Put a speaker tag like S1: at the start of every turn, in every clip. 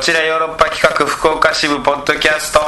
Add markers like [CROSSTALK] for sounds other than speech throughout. S1: ちらヨーロッパ企画福岡支部ポッドキャスト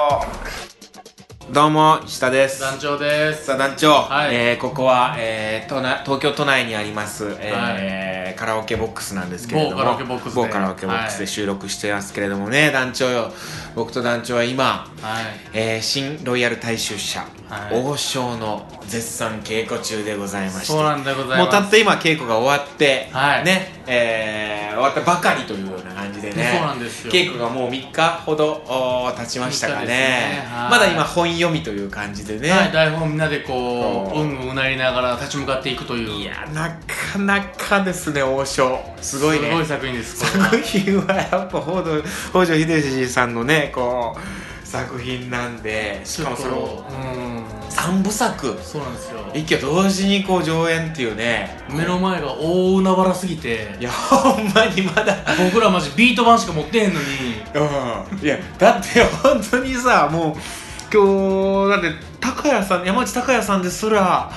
S2: どうも石田です
S3: 団長です
S2: さあ団長、
S3: はい
S2: えーここは、えー、都内東京都内にあります、えーカラオケボックスなんですけれども
S3: 某カラオケボックスで
S2: 某カラオケボックスで収録してますけれどもね、団長よ僕と団長は今、
S3: はい
S2: えー新ロイヤル大衆社、
S3: はい
S2: 王将の絶賛稽古中でございまして
S3: そうなんでございます
S2: もうたった今稽古が終わって、
S3: はい
S2: ねえー終わったばかりというような感じでね
S3: そうなんですよ
S2: 稽古がもう3日ほどおー経ちましたかね
S3: 三日ですねはい
S2: まだ今本読みという感じでね、
S3: はい、台本みんなでこ
S2: そう
S3: ううんうんうなりながら立ち向かっていくという
S2: いやなかなかですね王将すごいね
S3: すごい作品ですこ
S2: 作
S3: れは
S2: 品はやっぱ北条北条英史さんのねこう作品なんでしかもそれ
S3: ちょ
S2: を
S3: っとうん
S2: 3部作
S3: そうなんですよ
S2: 一挙同時にこう上演っていうね
S3: 目の前が大海原すぎて
S2: いやほんまにまだ
S3: 僕らマジビート版しか持ってへんのに
S2: うんいやだって本当にさもう今日だって高谷さん山内高谷さんですら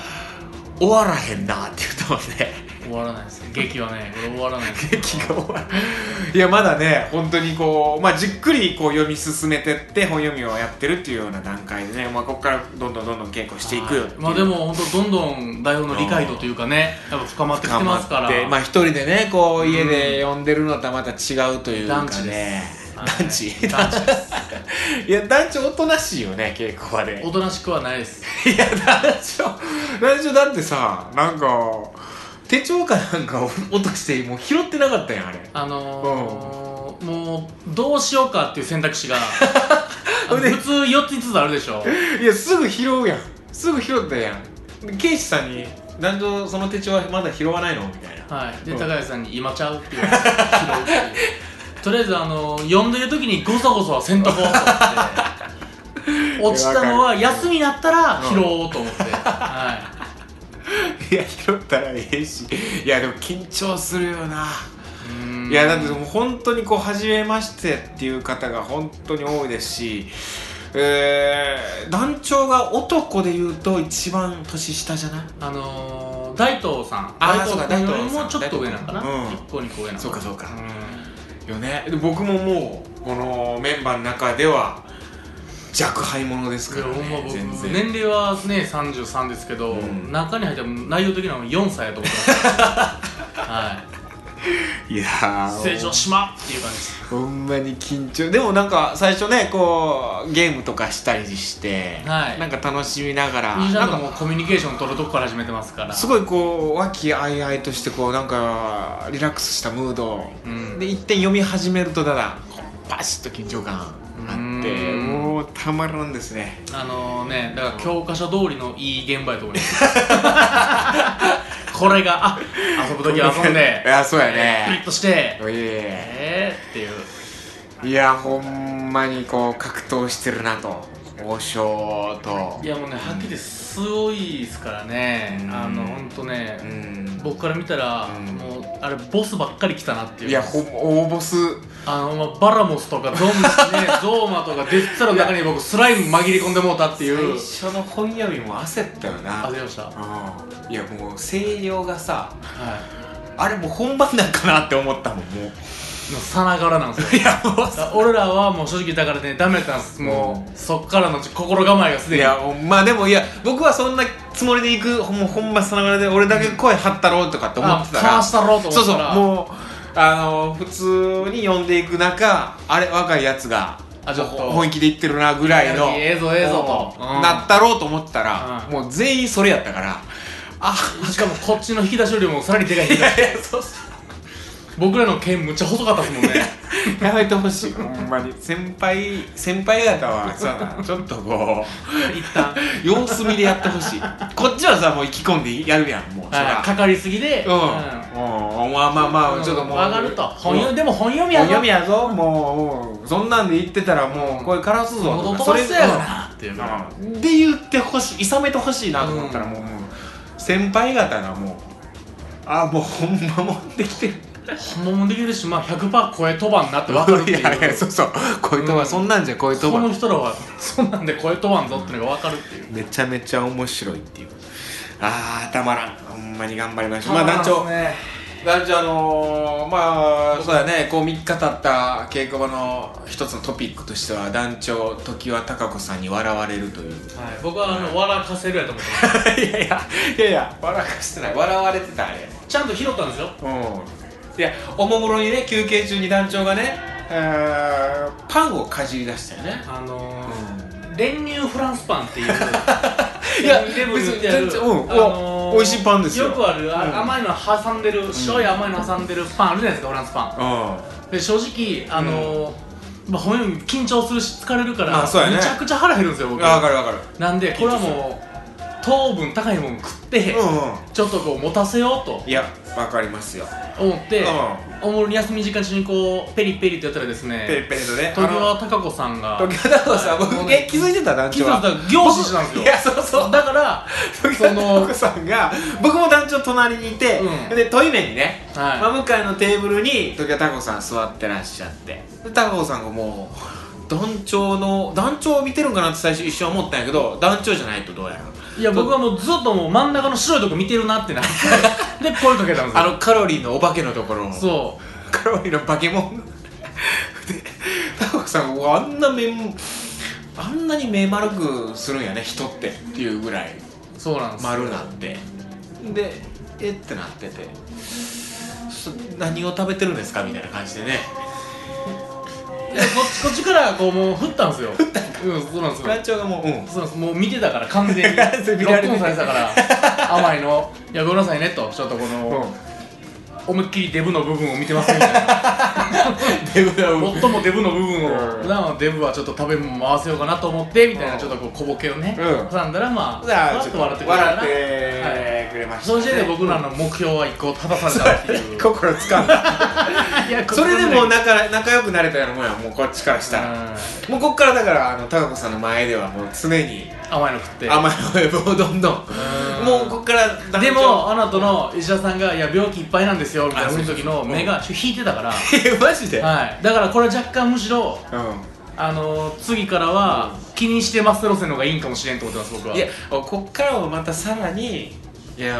S2: 終わらへんなって言ったもんね [LAUGHS]
S3: 終わらない [LAUGHS] ですね劇はねこれ終わらないです
S2: 劇が終わらいやまだね本当にこう、まあ、じっくりこう読み進めてって本読みをやってるっていうような段階でね、まあ、ここからどんどんどんどん稽古していくよっていう
S3: まあでも本当どんどん台本の理解度というかねやっぱ深まってきてますから
S2: でまあ一人でねこう家で読んでるのとはまた違うというか
S3: 団地
S2: ね
S3: です
S2: 団
S3: はい
S2: 地
S3: 団地です
S2: いや団地おとなしいよね稽古場で
S3: おとなしくはないです
S2: いや団長団長だってさなんか手帳かなんかを [LAUGHS] 落としてもう拾ってなかったやんあれ
S3: あのーもうどうしようかっていう選択肢があの
S2: [LAUGHS] で
S3: 普通4つ5つあるで
S2: [LAUGHS]
S3: しょ
S2: いやすぐ拾うやんすぐ拾ったやんで警視さんに「団長その手帳はまだ拾わないの?」みたいな
S3: はいで
S2: うん
S3: 高橋さんに「今ちゃう?」っていうのを拾うっていうとりあえずあのー呼んでる時にゴソゴソはせんとこうと思って落ちたのは休みになったら拾おうと思って、はい
S2: や拾ったらええしいやでも緊張するよない
S3: うん
S2: いやだってもう本当にこう初めましてっていう方が本当に多いですしえー、団長が男で言うと一番年下じゃない
S3: あのー大東さん
S2: あー
S3: 大
S2: そう
S3: 東
S2: か
S3: 君
S2: 大
S3: よ
S2: 東
S3: り
S2: さん
S3: もちょっと上なのかな、
S2: 大東君うん
S3: 1個2個上なの
S2: そうかそうか
S3: ん
S2: よねで僕ももうこのメンバーの中では若輩者です
S3: い
S2: か
S3: や
S2: ら、
S3: ほんま
S2: ね、
S3: 僕
S2: 全然
S3: 年齢はね33ですけど、
S2: うん
S3: 中に入ったら内容的には4歳やと思ってます
S2: [LAUGHS]
S3: はい
S2: いやー
S3: 成長しまっていう感じです
S2: ほんまに緊張でもなんか最初ねこうゲームとかしたりして、
S3: はい
S2: なんか楽しみながら
S3: 西
S2: な
S3: 田
S2: ん
S3: とも
S2: か
S3: うコミュニケーション取るとこから始めてますから
S2: すごいこう和気あいあいとしてこうなんかリラックスしたムード、
S3: うん
S2: で一点読み始めるとただこうバシッと緊張感あって
S3: うん
S2: もうたまらんですね
S3: あのねだから教科書通りのいい現場やと思います
S2: [LAUGHS]
S3: これがあ遊ぶ時は遊
S2: [LAUGHS]
S3: んで
S2: いやそうやね
S3: [LAUGHS] ピリッとして
S2: いえいえ
S3: えーっていう
S2: いやほんまにこう格闘してるなと王将と
S3: いやもうねはっきり言ってすごいですからね、
S2: うん
S3: あのほんとね、
S2: うん
S3: 僕から見たら、
S2: うん
S3: もうあれボスばっかり来たなっていう
S2: いやほん大ボス
S3: あのまあバラモスとかゾンビね
S2: [LAUGHS]
S3: ゾーマとかデッツァの中に僕スライム紛れ込んでもうたっていう
S2: 最初の本読みも焦ったよな
S3: あ出ましたは
S2: うんいやもう声量がさ
S3: い
S2: あれもう本番なんかなって思ったもんも
S3: のさながらなんです
S2: う
S3: よ
S2: いやもう
S3: だから俺らはもう正直だからねダメだったんですもう、そっからの心構えがすで
S2: い
S3: に
S2: やまあでもいや僕はそんなつもりで行くほんほんまさながらで俺だけ声張ったろうとかって思ってた
S3: あからわしたろうと思
S2: そう
S3: った
S2: そう
S3: らう
S2: もうあの普通に呼んでいく中あれ若いやつが
S3: あちょっと
S2: 本気で言ってるなぐらいの
S3: ええぞええぞと
S2: うんなったろうと思ったら、
S3: うん
S2: もう全員それやった
S3: [LAUGHS]
S2: からあ
S3: しかもこっちの引き出しよりもさらにでかい
S2: [LAUGHS]
S3: 引き出し僕らの剣むっちゃ細かったですもん
S2: [LAUGHS]
S3: ね
S2: やめてほしいほんまに先輩先輩方は
S3: [LAUGHS]
S2: さちょっとこ
S3: 一旦
S2: う様子見でやってほしいこっちはさもう意気込んでやるやんもうそ
S3: はい
S2: ら
S3: かかりすぎで
S2: うん、うんまあまあまあちょっともう
S3: 上がると本
S2: う
S3: 読
S2: ん
S3: でも本読み
S2: 本
S3: や
S2: 読み
S3: や
S2: やぞもう、うんそんなんで言ってたらもう声からすぞと
S3: 喉
S2: か
S3: 飛ばすやろ
S2: うん
S3: なっていう
S2: うんで言ってほしいいさめてほしいなと思ったら、
S3: うん
S2: もうもう先輩方がもうあもうほんま持ってきてる
S3: ほんまもんできるし、まあ、100%声飛ばんなって分かるっていう
S2: ややそうそうこういうとば、
S3: うん
S2: そんなんじゃこういうと
S3: こ
S2: ば
S3: の人らはそんなんで声飛ばんぞってのが分かるっていう
S2: めちゃめちゃ面白いっていうあーたまらんほんまに頑張りましょう
S3: ま
S2: ま
S3: あ
S2: あ団長
S3: ね
S2: だじゃああのーまあそうだねこう3日経った稽古場の一つのトピックとしては団長常盤貴子さんに笑われるという
S3: はい、僕はあの笑かせるやと思ってま
S2: [LAUGHS]
S3: す
S2: いやいやいやいや笑かしてない笑われてたあれ
S3: ちゃんと拾ったんですよ
S2: うんいやおもむろにね休憩中に団長がねえーパンをかじり出したよね
S3: あのー練乳フランスパンっていう
S2: [LAUGHS] いや
S3: セブンイレブンに売ってある
S2: 別に全然うん
S3: あのー
S2: 美味しいパンですよ
S3: よくあるあ
S2: うん
S3: 甘いの挟んでる白い甘いの挟んでるパンあるじゃないですかフランスパン
S2: うん
S3: で正直あのーまあ、ほんまに緊張するし疲れるから、
S2: まあそうやね
S3: めちゃくちゃ腹減るんですよ僕
S2: わかるわかる
S3: なんでこれはもう糖分高いもん食って、
S2: うんうん
S3: ちょっとこう持たせようと
S2: いやわかりますよ
S3: 思って、
S2: う
S3: おもろに休み時間中にこうペリペリってやったらで
S2: ペ
S3: す
S2: リ
S3: ね
S2: ペリとね
S3: 戸川貴子さんが
S2: 時計だとさ、僕、
S3: はい
S2: え、気づいてた団
S3: 気づ
S2: 長
S3: いた
S2: は。
S3: ら凝視してたんですよ
S2: いや、そうそう。
S3: だから
S2: 時
S3: そ
S2: 計の
S3: の
S2: 奥さんが、僕も団長隣にいて、
S3: うん
S2: で、トイレにね、
S3: はい
S2: 真向かいのテーブルに、時計タコさん座ってらっしゃって。で、タコさんがもう、団長の、団長を見てるんかなって最初一瞬思ったんやけど、団長じゃないとどうやら。
S3: いや僕はもうずっともう真ん中の白いとこ見てるなってなって
S2: [LAUGHS]
S3: で声かけたんですよ
S2: あの、カロリーのお化けのところ。
S3: そ
S2: カロリーの化け物でタコさんあんな目もあんなに目丸くするんやね人ってっていうぐらいう
S3: そうなんですよ
S2: 丸なってでえってなっててそ何を食べてるんですかみたいな感じでね
S3: でこっちこっちからこうもう振ったんですよ振ったうんそうなんですよ
S2: 団長がもううん
S3: そうなんですもう見てたから完全に
S2: [LAUGHS] それ見
S3: ロ
S2: ら
S3: ッ
S2: れ
S3: ク
S2: て
S3: オ
S2: る
S3: ンされて
S2: [LAUGHS]
S3: たから甘いの「いやごめんなさいね」とちょっとこの、思いっきりデブの部分を見てますみたい
S2: [LAUGHS]
S3: な
S2: デブだうん
S3: 最もデブの部分
S2: うん
S3: を普段はデブはちょっと食べ物回せようかなと思ってみたいなちょっとこう小ボケをね、
S2: うん
S3: 挟んだらまあ
S2: じゃあ
S3: わ
S2: ち
S3: っ
S2: ょっと笑
S3: と笑
S2: っ
S3: ってて
S2: く
S3: くれたらはい
S2: れました
S3: そ
S2: ね
S3: の時点で僕らの目標は一個立たされたっていう
S2: 心つかんだ
S3: いや
S2: [LAUGHS]
S3: こ
S2: それでもう
S3: な
S2: 仲仲良くなれたようなもんやもうこっちからしたらもうこっからだからあの高子さんの前ではもう常に
S3: 甘いの食って
S2: 甘いのをどんどん
S3: うん
S2: もうこっから団長
S3: でもあなたの石田さんが「いや病気いっぱいなんですよ」みたい
S2: あ
S3: な
S2: そう
S3: そ
S2: そう
S3: の時の目がちょっと引いてたから
S2: え [LAUGHS] マジで、
S3: はいだからこれは若干むしろ
S2: う
S3: あのー次からは気にしてます路線の方がいいんかもしれんと思ってます僕は
S2: んいやこっからはまたさらにいや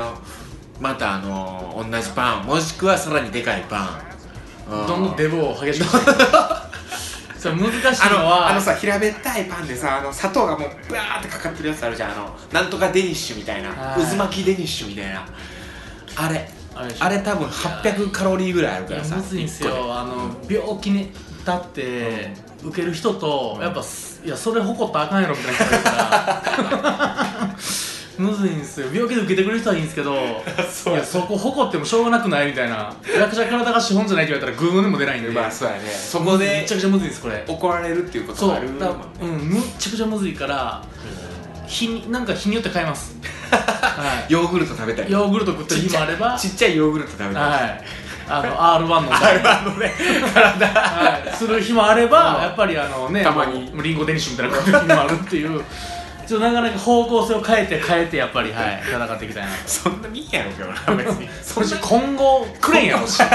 S2: またあの同じパンもしくはさらにでかいパン、う
S3: どんどんデブを激
S2: [LAUGHS]
S3: しくしていくそれ難しい
S2: あ
S3: の
S2: の
S3: は
S2: あのさ平べったいパンでさあの砂糖がもうブワーってかかってるやつあるじゃんあのなんとかデニッシュみたいな
S3: はい
S2: 渦巻きデニッシュみたいなあれ
S3: あれでしょ
S2: あれ多分800カロリーぐらいあるか
S3: いや
S2: らさ
S3: むずいんす
S2: 一個で
S3: よあの病気にだって受ける人とやっぱすいやそれ誇ったらあかんやろみたいな人いるから
S2: [LAUGHS]
S3: むずいんすよ病気で受けてくれる人はいいんですけど
S2: そう
S3: いやそこ誇ってもしょうがなくないみたいな役者体が資本じゃないって言われたらグーでも出ないんで、
S2: まあそうやねそこで
S3: めちゃくちゃむずいですこれ
S2: 怒られるっていうこ
S3: そ
S2: と
S3: う
S2: があるもんね
S3: だうんむっちゃくちゃむずいから日になんか日によって変え
S2: [LAUGHS]
S3: ます、は
S2: ヨーグルト食べた
S3: い、
S2: り
S3: ヨーグルト食ってる日もあれば
S2: ちっちゃいヨーグルト食べたり
S3: はいあの R1 の
S2: [LAUGHS] あれはあのね体
S3: はい、する日もあれば、
S2: うん
S3: やっぱりあのね
S2: たまに
S3: もうリンゴデニッシュみたいなことの日もあるっていうちょっとなかなか方向性を変えて変えてやっぱりはい戦っていきたい
S2: [LAUGHS]
S3: な
S2: そんなにいいやろうけどな別 [LAUGHS] に
S3: それし今後くれんやろし本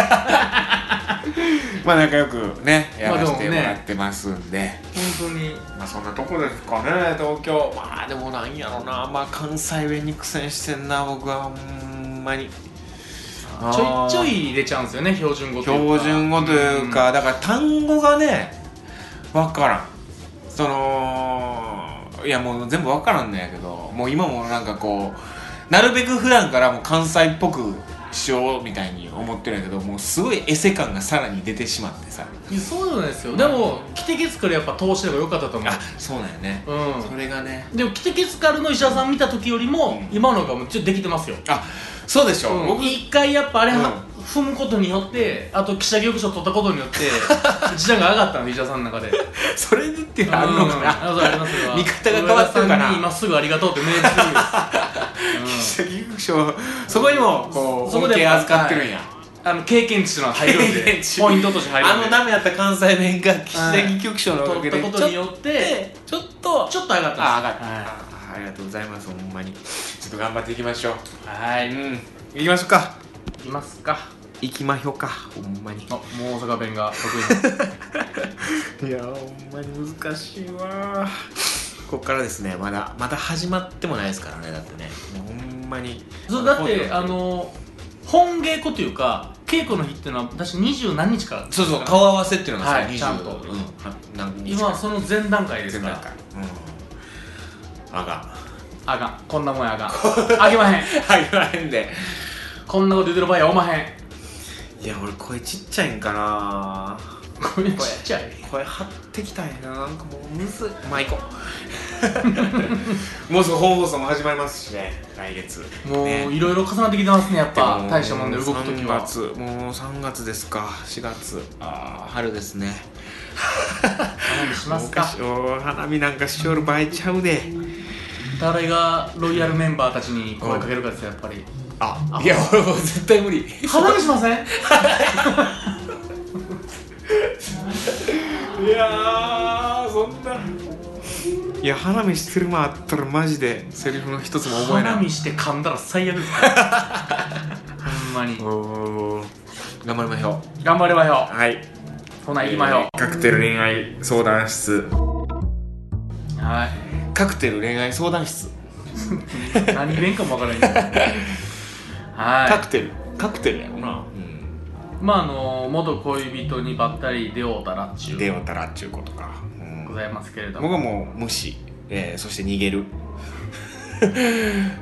S2: まあ仲良くねや
S3: まあで
S2: ら
S3: も
S2: せ
S3: ね
S2: てもらってますんで
S3: 当に
S2: まあそんなとこですかね東京まあでもなんやろなまあ関西弁に苦戦してんな僕はほんまに
S3: ちょいちょい入れちゃうんですよね標準語というか
S2: 標準語というか、だから単語がね分からんそのいやもう全部分からんのやけどもう今もなんかこうなるべく普段からもう関西っぽくしようみたいに思ってるんやけどもうすごいエセ感がさらに出てしまってさ
S3: うんいやそうじゃないですよでもキテケツカルやっぱ通してればよかったと思
S2: あそうなんやね、
S3: うう
S2: そ
S3: ん
S2: れがね
S3: でもキテケツカルの石田さん見た時よりも、
S2: うん
S3: 今の方がもうちょっとできてますよ
S2: あそうでしょ、
S3: うん
S2: 僕
S3: 一回やっぱあれは、
S2: う
S3: 踏むことによってあと記者局所取ったこと
S2: [LAUGHS]
S3: によって時短が上がったんで石田さんの中で
S2: それでっていうの [LAUGHS] あるのかな、
S3: うんあそうありますよ
S2: 見方が変わってるかな
S3: 上田さんに今すぐありがとうってメールす
S2: 社企業そこにもこう
S3: そこ
S2: 恩
S3: で
S2: 恵預かってるんや、
S3: る、う
S2: [LAUGHS]
S3: ん、あの経験値っていうのは入るん
S2: 経験
S3: で
S2: 値
S3: [LAUGHS] ポイントとして入るん
S2: あ
S3: で
S2: のダメやった関西弁が岸田議局長のおかげ
S3: 取っ
S2: で
S3: たことによって
S2: ちょっと
S3: ちょっと上がったんです
S2: あ上がった、あありがとうございますほんまにちょっと頑張っていきましょう
S3: はい、はい、
S2: ん行きましょうか
S3: いきますか
S2: 行きまひょかほんまに
S3: あもう大阪弁が得意な
S2: いやほんまに難しいわこっからですねまだまだ始まってもないですからねだってねもうほんまに
S3: そうだっ
S2: ま
S3: て
S2: だ
S3: あの本稽古というか稽古の日っていうのは私二十何日から
S2: そうそう顔合わせっていうのがさ、
S3: はい
S2: 20
S3: ちゃんと
S2: うんな何日
S3: 今はその前段階です
S2: 全
S3: か
S2: 然
S3: ら
S2: かうんあが
S3: [LAUGHS] あかんこんなもんやあかんあげまへん
S2: はい言わへんで
S3: こんなこと言ってる場合やおまへん
S2: いや俺声ちっちゃいんかな
S3: これちっちゃい
S2: 声張ってきたんやななんかもうむずいまあ行こ [LAUGHS] うもうすぐ本放送も始まりますしね来月
S3: も
S2: ね
S3: ういろいろ重なってきてますねやっ
S2: で
S3: ぱ
S2: も
S3: 大したもんで動く時
S2: 3
S3: は
S2: 月もう3月ですか4月ああ春ですね
S3: 花火しますか
S2: お花見なんかしよる場合ちゃうで
S3: 誰がロイヤルメンバーたちに声かけるかですよやっぱり
S2: あいや俺もう絶対無理
S3: 花火しません
S2: いやーそんないや花見してる間あったらマジでセリフの一つも覚えない
S3: 花見して噛んだら最悪ですから
S2: [LAUGHS]
S3: ほんまに
S2: おー頑張りましょう
S3: 頑張ればよ
S2: はい
S3: ほな行きまよ
S2: えーカクテル恋愛相談室
S3: はい
S2: カクテル恋愛相談室
S3: 何弁かもわからへんけど
S2: カ
S3: は
S2: クテルカクテルやろな、うん、
S3: いまああの元恋人にばったり出会うたらっちゅう
S2: 出会うたらっちゅうことか、う
S3: ご
S2: ん、
S3: ざいますけれど
S2: 僕
S3: も
S2: はもう無視、えーそして逃げる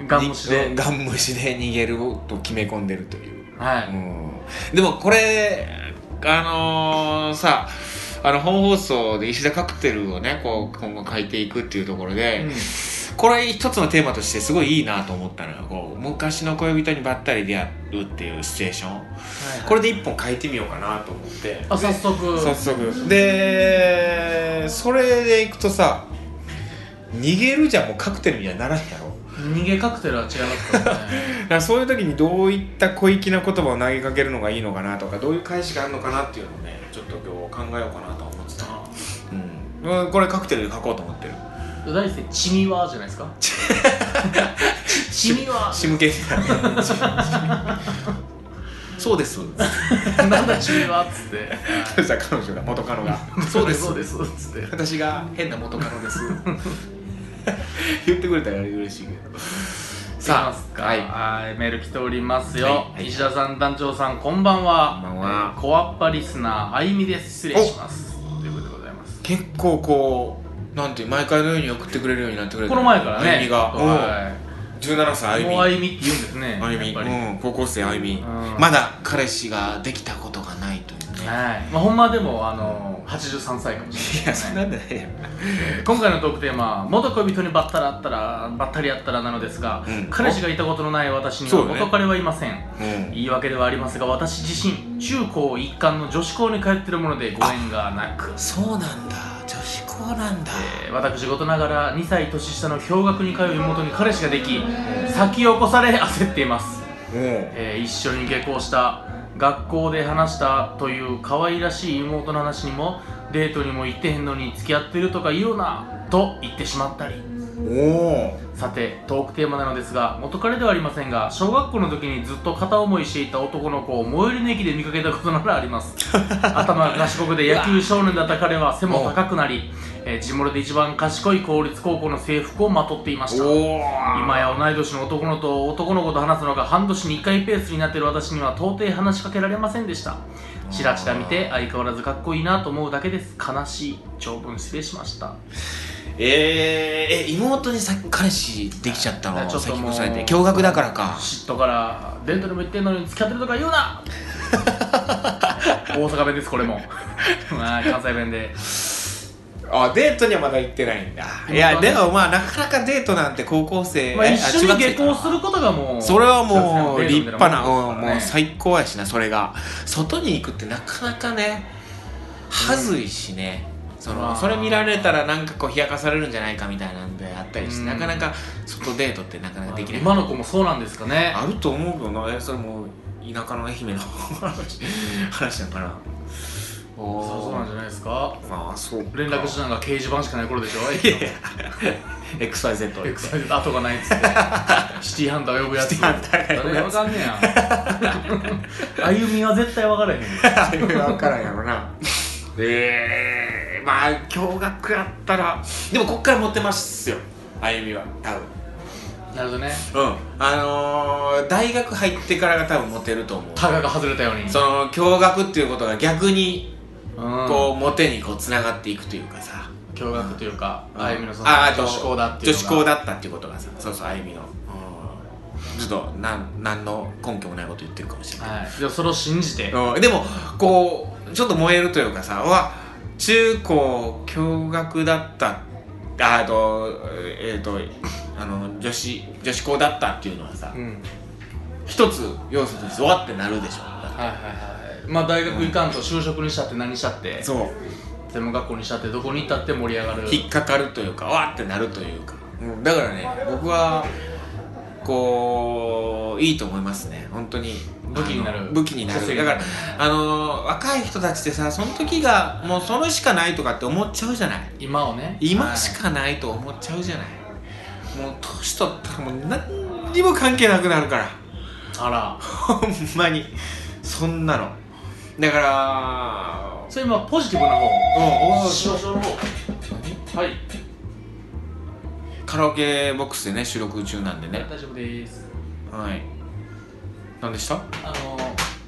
S3: ガン無視
S2: に
S3: で
S2: ガン無視で逃げると決め込んでるという、
S3: は
S2: う
S3: い
S2: ん、でもこれあのーさあの本放送で石田カクテルをねこう今後書いていくっていうところで、
S3: う
S2: これ一つのテーマとしてすごいいいなと思ったのがこう昔の恋人にばったり出会うっていうシチュエーション
S3: ん
S2: これで一本書いてみようかなと思って
S3: あ早速
S2: 早速でそれでいくとさ逃げるじゃもうカクテルにはならんやろ
S3: 逃げカクテルは違いますからね
S2: だからそういう時にどういった小粋な言葉を投げかけるのがいいのかなとかどういう返しがあるのかなっていうのをねちょっと今日考えようかなとは思ってた
S3: あ
S2: うん、うん、これカクテルで書こうと思ってる
S3: あ大輔チミワじゃないです [LAUGHS] かチミワ
S2: 仕向けみたいなそうです
S3: なんだチミワっつって
S2: そしたら彼女が元カノが
S3: そうですそうですっつって
S2: 私が変な元カノです [LAUGHS] 言ってくれたら嬉しいけど
S3: さあ
S2: さあ
S3: は
S2: はいい
S3: メール来ておりますよ、
S2: はいはい
S3: 石田さん団長さんこんばんは
S2: こんばんは
S3: えーコアッパリスナーあゆみです失礼しますということでございます
S2: 結構こうなんていう毎回のように送ってくれるようになってくれた
S3: この前からね
S2: あゆみが、う
S3: は
S2: ん17歳あ
S3: い
S2: ゆみ
S3: もうあゆみって言うんですね
S2: あゆみ、
S3: やっぱり、
S2: うん、高校生あゆみ、
S3: うん
S2: まだ彼氏ができたことがないというね
S3: はい、まあ、ほんまでもあの83歳かもしれない,、ね、
S2: んないよ
S3: 今回のトークテーマは元恋人にばったりあったらばったりあったらなのですが、
S2: うん
S3: 彼氏がいたことのない私に
S2: そ
S3: は
S2: うだね
S3: 元彼はいません、
S2: うん
S3: 言い訳ではありますが私自身中高一貫の女子校に通ってるものでご縁がなく
S2: そうなんだ女子校なんだ
S3: えー私事ながら2歳年下の氷学に通う妹に彼氏ができ先を越され焦っています、
S2: うん
S3: えー一緒に下校した学校で話したという可愛らしい妹の話にもデートにも行ってへんのに付き合ってるとか言うなと言ってしまったり
S2: お
S3: さてトークテーマなのですが元彼ではありませんが小学校の時にずっと片思いしていた男の子を最寄りの駅で見かけたことならあります頭が賢くで野球少年だった彼は背も高くなり、えー地元で一番賢い公立高校の制服をまとっていました
S2: おお
S3: 今や同い年の男の子と男の子と話すのが半年に1回ペースになっている私には到底話しかけられませんでしたチラチラ見て相変わらずかっこいいなと思うだけです悲しい長文失礼しました
S2: えー、え妹にさ彼氏できちゃった
S3: だから
S2: の
S3: ちょっと
S2: 先
S3: もう
S2: 越されて驚愕だからか
S3: 嫉妬からデートにも行ってんのに付き合ってるとか言うな大阪弁ですこれもはい関西弁で
S2: あデートにはまだ行ってないんだ
S3: まだ
S2: いやでもまあなかなかデートなんて高校生、
S3: まあ
S2: え
S3: 一緒に
S2: あ中
S3: 下
S2: 学生か
S3: 校することがもう
S2: それはもう
S3: デ
S2: 立派
S3: ートみたい
S2: な、
S3: も
S2: うんん
S3: で
S2: もう
S3: すからね
S2: 最高やしなそれが外に行くってなかなかねはずいしね、そ
S3: まあ
S2: のそれ見られたらなんかこう冷やかされるんじゃないかみたいなんであったりして、
S3: うん
S2: なかなか外デートってなかなかできない
S3: 今の子もそうなんですか
S2: [LAUGHS]
S3: ね
S2: あると思うけどなえそれもう田舎の愛媛の [LAUGHS] 話話なんかな
S3: そうそうなん
S2: じ
S3: じゃないですか
S2: ゃああそうか
S3: 連
S2: [LAUGHS]
S3: 絡手段が掲示板しかない頃でしょ
S2: XYZ を言って
S3: XYZ 後がな
S2: [LAUGHS]
S3: いっつってシティハンター呼ぶやつ
S2: シティハンターが呼ぶ
S3: 誰が
S2: や
S3: わ
S2: つ
S3: かんねえやん歩みは絶対分からへん
S2: 分からんやろな [LAUGHS] ええまあ驚愕やったらでもこっからモテますよあゆみは多分
S3: なるほどね
S2: うんあのー、大学入ってからが多分モテると思う
S3: タガが外れたように
S2: その驚愕っていうことが逆に
S3: うん
S2: こう、モテにこうつながっていくというかさ
S3: 驚愕というか、
S2: うん
S3: あゆみのその
S2: あーと
S3: 女子校だっていう
S2: 女子
S3: のが
S2: 校だったっていうことがさそうそうあゆみの、うん、ちょっとなんなんの根拠もないこと言ってるかもしれない、
S3: はいでもそれを信じて、
S2: うんでもこうちょっと燃えるというかさは中高共学だったああとえっ、とあの女子女子校だったっていうのはさ、
S3: うん
S2: 一つ要素としてわってなるでしょ
S3: はいはいはいまあ大学行かんと就職にしたって何にしたって
S2: そう
S3: 専門学校にしたってどこに行ったって盛り上がる
S2: 引っかかるというかわってなるというか、うん、だからね僕はこういいと思いますね本当に
S3: 武器になる
S2: あの武器にな
S3: 稼
S2: る
S3: ぎ
S2: だ
S3: に
S2: から
S3: なる
S2: あの若い人たちってさその時がもうそれしかないとかって思っちゃうじゃない
S3: 今をね
S2: 今しかないと思っちゃうじゃないもう年取ったらもう何にも関係なくなるから
S3: あら
S2: ほんまにそんなのだから
S3: それ今ポジティブな方
S2: うんおー
S3: 少々はい
S2: カラオケボックスでね収録中なんでね
S3: 大丈夫です
S2: はい何でした
S3: あの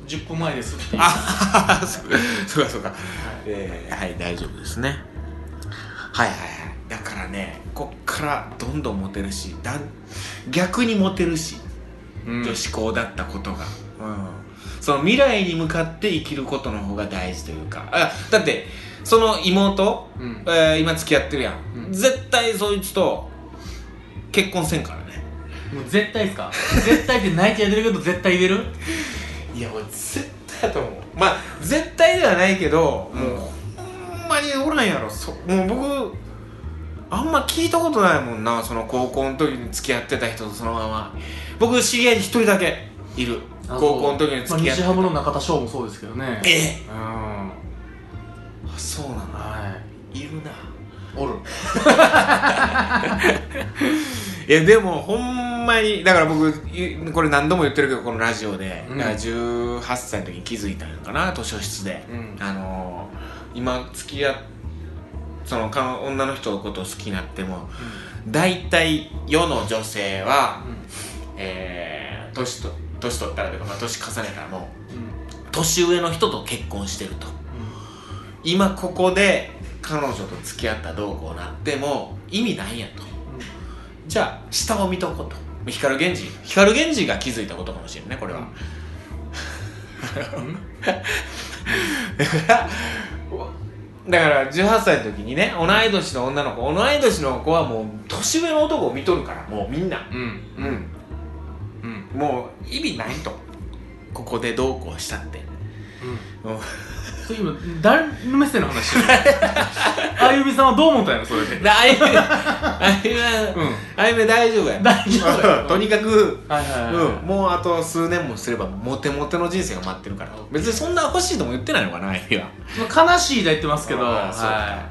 S3: 10分前ですっていう
S2: あ [LAUGHS] そうそうかそうかえーはい大丈夫ですねはいはいはいだからねこっからどんどんモテるしだん逆にモテるし、
S3: うん
S2: 女子校だったことが、うん、その未来に向かって生きることの方が大事というかあだってその妹、
S3: うん
S2: えー今付き合ってるやん、
S3: うん
S2: 絶対そいつと結婚せんからね
S3: もう絶対ですか絶対って泣いてやってるけど絶対入れる
S2: いや俺絶対だと思うまあ絶対ではないけど、
S3: うん
S2: もうほんまにおらんやろそもう僕あんま聞いたことないもんなその高校の時に付き合ってた人とそのまま僕知り合いで一人だけいる
S3: あ
S2: 高校の時に
S3: まあ
S2: 付き合っ
S3: 西
S2: て
S3: ハムの中田翔もそうですけどね
S2: え
S3: うんは
S2: あそうなのいるない
S3: おる
S2: いやでもほんまにだから僕いこれ何度も言ってるけどこのラジオで、
S3: うん
S2: だから18歳の時に気づいたのかな図書室で、
S3: うん
S2: あのー今付き合っそのか女の人のことを好きになっても大体世の女性は、えー年と年取ったらというか、まあ、年重ねたらもう
S3: うんうん
S2: 年上の人と結婚してると今ここで彼女と付き合ったどうこうなっても意味ないやと。じゃあ下を見とこうと光源氏光源氏が気づいたことかもしれんねこれは、
S3: うん
S2: だから [LAUGHS] だから18歳の時にね同い年の女の子同い年の子はもう年上の男を見とるからもうみんな
S3: うんうんうんうん
S2: もう意味ないとここでどうこうしたって [LAUGHS] うん
S3: それ今誰の目線の話して [LAUGHS] るあゆみさんはどう思ったんやろそれで
S2: だあゆめあゆめ
S3: うん
S2: あゆめ大丈夫や
S3: 大丈夫や
S2: うん [LAUGHS] とにかく
S3: はいはいはい、
S2: うん、もうあと数年もすればモテモテの人生が待ってるから別にそんな欲しいとも言ってないのかなあゆみは
S3: まあ悲しいで言ってますけど、
S2: あーそうか
S3: は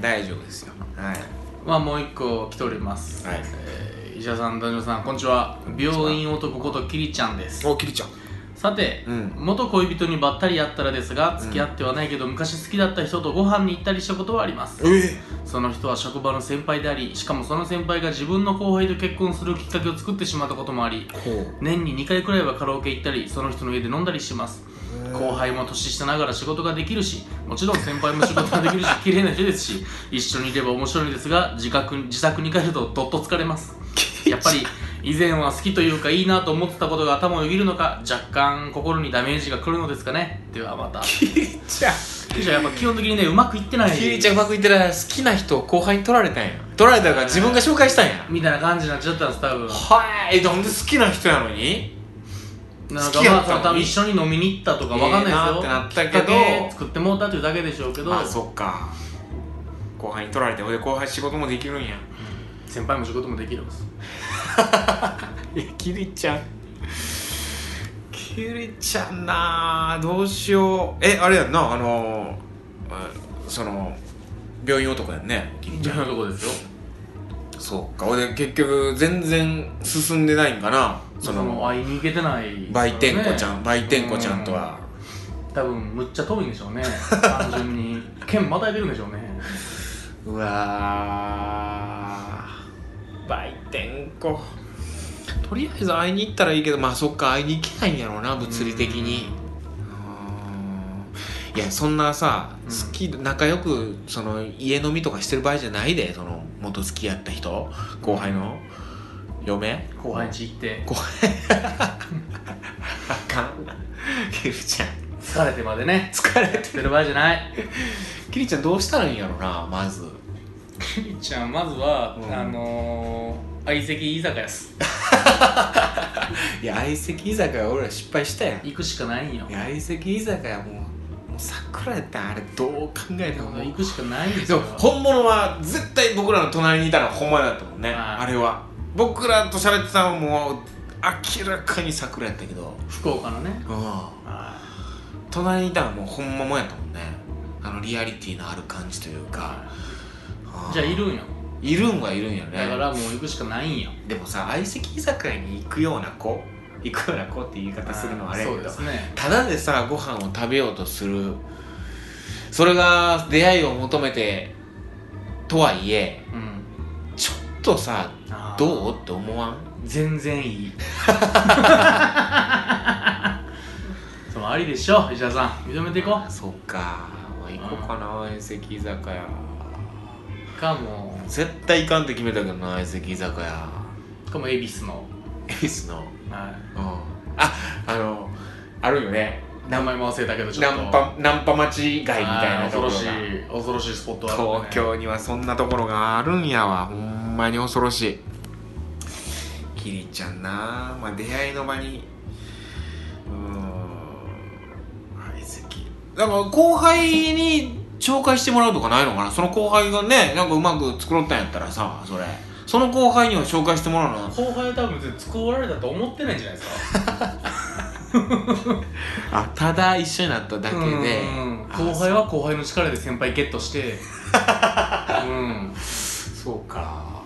S2: 大丈夫ですよはい
S3: い、まあもう一個来ております、
S2: はい
S3: えー、石田さん、男女さん、こんにちは
S2: ちは
S3: 病院男ことキリちゃんです
S2: おきりちゃん
S3: さて、
S2: うん
S3: 元恋人にばったり会ったらですが付き合ってはないけど、昔好きだった人とご飯に行ったりしたことはあります
S2: え
S3: その人は職場の先輩でありしかもその先輩が自分の後輩と結婚するきっかけを作ってしまったこともあり
S2: えほう
S3: 年に2回くらいはカラオケ行ったりその人の家で飲んだりします後輩も年下ながら仕事ができるしもちろん先輩も仕事ができるし [LAUGHS] 綺麗な人ですし一緒にいれば面白いですが自覚自宅に帰るとどっと疲
S2: [LAUGHS]
S3: れますやっぱり以前は好きというかいいなと思ってたことが頭をよぎるのか若干心にダメージがくるのですかねで
S2: [LAUGHS]
S3: はまた
S2: きりちゃん
S3: じゃあやっぱ基本的にねうまくいってない
S2: きりちゃんうまくいってない好きな人を後輩に取られたんや取られたから自分が紹介したんや
S3: みたいな感じになっちゃったんです
S2: [LAUGHS]
S3: 多分
S2: はいえなんで好きな人やのに
S3: なん
S2: 好
S3: か
S2: きや
S3: ま
S2: っ
S3: あ
S2: たの
S3: その
S2: に
S3: 多分一緒に飲みに行ったとかわかんないですよ
S2: ええなってなったけど
S3: きっか作ってもうたというだけでしょうけど
S2: あそっか後輩に取られてほいで後輩仕事もできるんや
S3: 先輩も仕事もできるんです
S2: [LAUGHS] いやキリちゃんキリちゃんなあどうしようえあれやんなあのー、その病院男やんねキリち
S3: じ
S2: ゃ
S3: ゃ
S2: ん
S3: あとこですよ
S2: そうか俺結局全然進んでないんかなそ
S3: そ
S2: の
S3: の会いに行けてない
S2: 売店子ちゃん、
S3: ね
S2: 売店子ちゃんとは
S3: 多分むっちゃ遠いんでしょ
S2: [LAUGHS]
S3: うね単純に県またいでるんでしょうね
S2: うわ売店かとりあえず会いに行ったらいいけどまあそっか会いに行けないんやろうな物理的にうんいやそんなさ
S3: うん
S2: 好き仲良くその家飲みとかしてる場合じゃないでその元付き合った人後輩の嫁
S3: 後輩んち行って
S2: 後 [LAUGHS] 輩あかんキリちゃん
S3: 疲れてまでね
S2: 疲れて
S3: やってる場合じゃない
S2: キリちゃんどうしたらいいんやろうなまず
S3: キリちゃんまずは、
S2: うん
S3: あのー、相席居酒屋です
S2: いや相席居酒屋俺ら失敗したやん
S3: 行くしかないんよ
S2: いや相席居酒屋もうもう桜やったらあれどう考えてももう
S3: 行くしかないんです
S2: でも
S3: よ
S2: 本物は絶対僕らの隣にいたのは本物だったもんね
S3: はい
S2: あれは僕らと喋ってたのはもう明らかに桜やったけど
S3: 福岡のね
S2: うん隣にいたのはもう本物やったもんねあのリアリティのある感じというかうん
S3: じゃあいるんよ
S2: いるんはいるんよね
S3: だからもう行くしかないんよ
S2: でもさ相席居酒屋に行くような子行くような子って言い方するのはあれや
S3: そ
S2: け
S3: うで
S2: ど
S3: すね
S2: ただでさご飯を食べようとするそれが出会いを求めてとはいえ
S3: うん
S2: ちょっとさ
S3: あー
S2: どうって思わん
S3: 全然いいそのありでしょ石田さん認めていこ
S2: あそっか、まあ、行こうかな相席居酒屋
S3: うかも
S2: 絶対行かんって決めたけどな相席居酒屋
S3: かも恵比寿の、
S2: 恵比寿のうん
S3: はい、
S2: ああのあるよね
S3: 名前も忘れたけどちょ
S2: ナ
S3: っと
S2: ンパナンパ町街みたいなところが
S3: あー恐ろしい恐ろしいスポットあるん
S2: 東
S3: でね
S2: 京にはそんなところがあるんやわほんまに恐ろしいキリちゃんなまあ出会いの場にうーん相席だから後輩に紹介してもらうとかないのかなその後輩がねなんかうまく作ろったんやったらさそれその後輩には紹介してもらうの
S3: 後輩は多分別に作られたと思ってないんじゃないですか
S2: あただ一緒になっただけで
S3: うん後輩は後輩の力で先輩ゲットしてうん
S2: そうか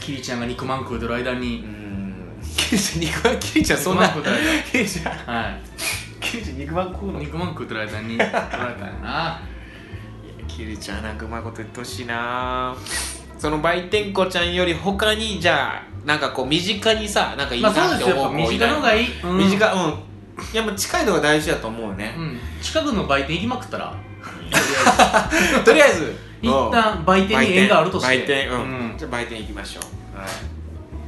S3: キリちゃんが肉まん食うてる間
S2: う
S3: に
S2: んキリちゃん肉まんキリちゃんそんな
S3: 肉まん食うてる
S2: キリちゃん
S3: 間はい
S2: キリちゃん肉まん食うの
S3: 肉まん食うてる間に取られたん
S2: [LAUGHS]
S3: やな
S2: キリちゃんなんかうまいこと言ってほしいなその売店子ちゃんより他にじゃあなんかこう身近にさなんかいい
S3: ま
S2: な
S3: あそう
S2: って
S3: ですよや
S2: 思う子
S3: っぱ身
S2: いな
S3: 近
S2: い
S3: の方がいい
S2: 身近うんいやもう近いのが大事だと思うね
S3: う、ん近くの売店行きまくったら
S2: [LAUGHS] とりあえず
S3: 一旦売店に縁があるとして
S2: 売店売店うん、
S3: うん
S2: じゃあ売店行きましょう、はい、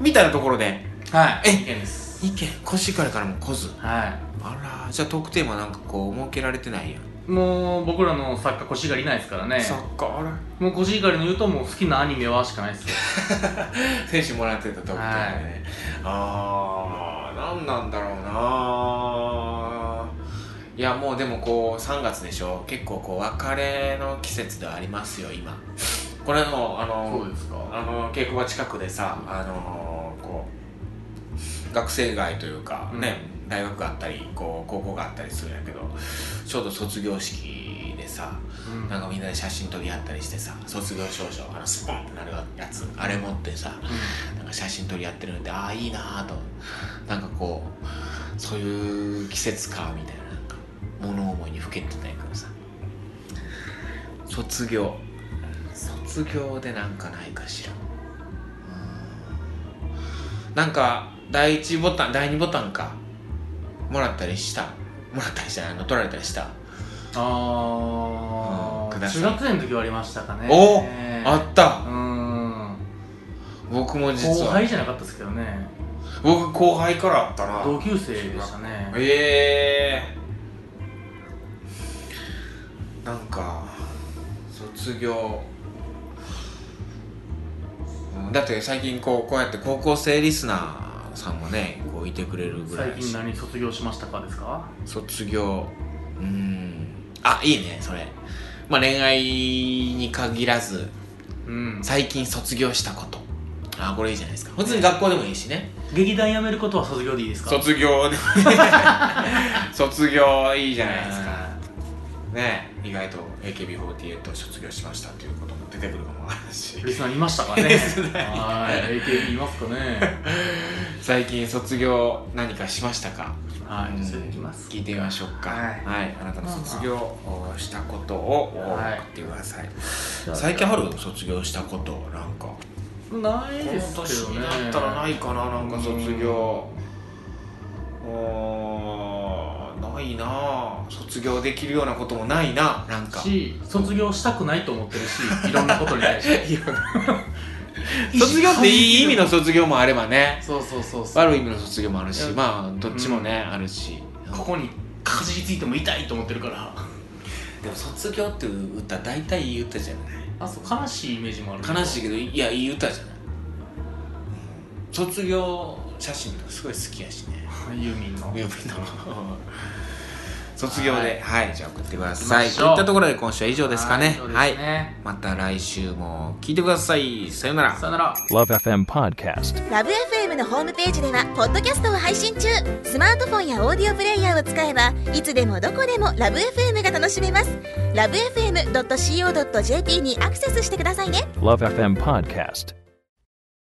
S2: みたいなところで
S3: はい
S2: え
S3: 意見です
S2: 意見コシヒカリからも来ず
S3: は
S2: あらじゃあトークテーマなんかこう設けられてないやん、
S3: いもう僕らの作家コシヒカリいないですからね
S2: そっかあら
S3: もうコシヒカリの言うともう好きなアニメはしかないですよ
S2: 選手もらってたと思ったよね、ああ何なんだろうないやもうでもこう3月でしょ結構こう別れの季節ではありますよ今これのあの
S3: ですか
S2: あの稽古場近くでさあのこう学生街というかね、大学があったりこう高校があったりするんやけどちょうど卒業式でさ
S3: うん
S2: なんかみんなで写真撮り合ったりしてさ卒業証書あのスポンってなるやつあれ持ってさなんか写真撮り合ってるのってああいいなぁとなんかこうそういう季節かみたいななんか物思いにふけてたんやけどさ卒業卒業でなんかないかしらうーんなんか第1ボタン第2ボタンかもらったりしたもらったりしたあの取られたりした、う
S3: あ
S2: んく
S3: あ
S2: ださい
S3: 中学生の時はありましたかね
S2: おおあ
S3: あ
S2: った
S3: うん
S2: 僕も実
S3: 後
S2: は
S3: 輩じゃなかったですけどね
S2: 僕後輩からあったな
S3: 同級生でしたね
S2: ええなんか卒業うんだって最近こうこうやって高校生リスナーさんもねこういてくれるぐらい
S3: 最
S2: や
S3: 近
S2: し
S3: 何卒業しましたかですか
S2: 卒業うんあいいねそれまあ恋愛に限らず
S3: うん
S2: 最近卒業したことあこれいいじゃないですか普通に学校でもいいしね
S3: 劇団辞めることは卒業でいいですか
S2: 卒業
S3: [LAUGHS]
S2: で卒業いい [LAUGHS] じゃないですかねえ意外と AKB48 を卒業しましたっていうことも出てくるかもわからんし
S3: [LAUGHS] うんリスナーいましたかね
S2: リスナー
S3: はい AKB いますかね
S2: 最近卒業何かしましたか
S3: はいそれ
S2: うん
S3: でいきます
S2: 聞いてみましょうか
S3: はい
S2: あなたの卒業をしたことを
S3: はい
S2: 送ってください最近ある卒業したことなんか
S3: ないです
S2: この
S3: け
S2: 年
S3: どね
S2: になったらないかななんか卒業あーないなあ卒業できるようなこともないななんか
S3: し卒業したくないと思ってる
S2: [LAUGHS]
S3: しいろんなことに対して
S2: 卒業っていい意味の卒業もあればね
S3: そうそうそうそう
S2: 悪い意味の卒業もあるし
S3: うん
S2: まあどっちもね、あるし
S3: ここにかじりついても痛いと思ってるから
S2: でも卒業っていう歌大体いい歌じゃない
S3: あそう悲しいイメージもある
S2: 悲しい
S3: い
S2: けどいやいい歌じゃない、うん卒業写真とかすごい好きやしね
S3: ユーミンの
S2: 指の [LAUGHS] 卒業ではい、じゃあ送ってください
S3: 行きまし
S2: と
S3: ょう
S2: いったところで今週は以上ですかね
S3: そうです
S2: はい
S3: ね
S2: また来週も聞いてくださいさようなら
S3: さよなら
S4: Love FM Podcast.
S5: ラブ f m のホームページではポッドキャストを配信中スマートフォンやオーディオプレイヤーを使えばいつでもどこでもラブ f m が楽しめますラブ FM.co.jp にアクセスしてくださいね
S4: Love FM Podcast.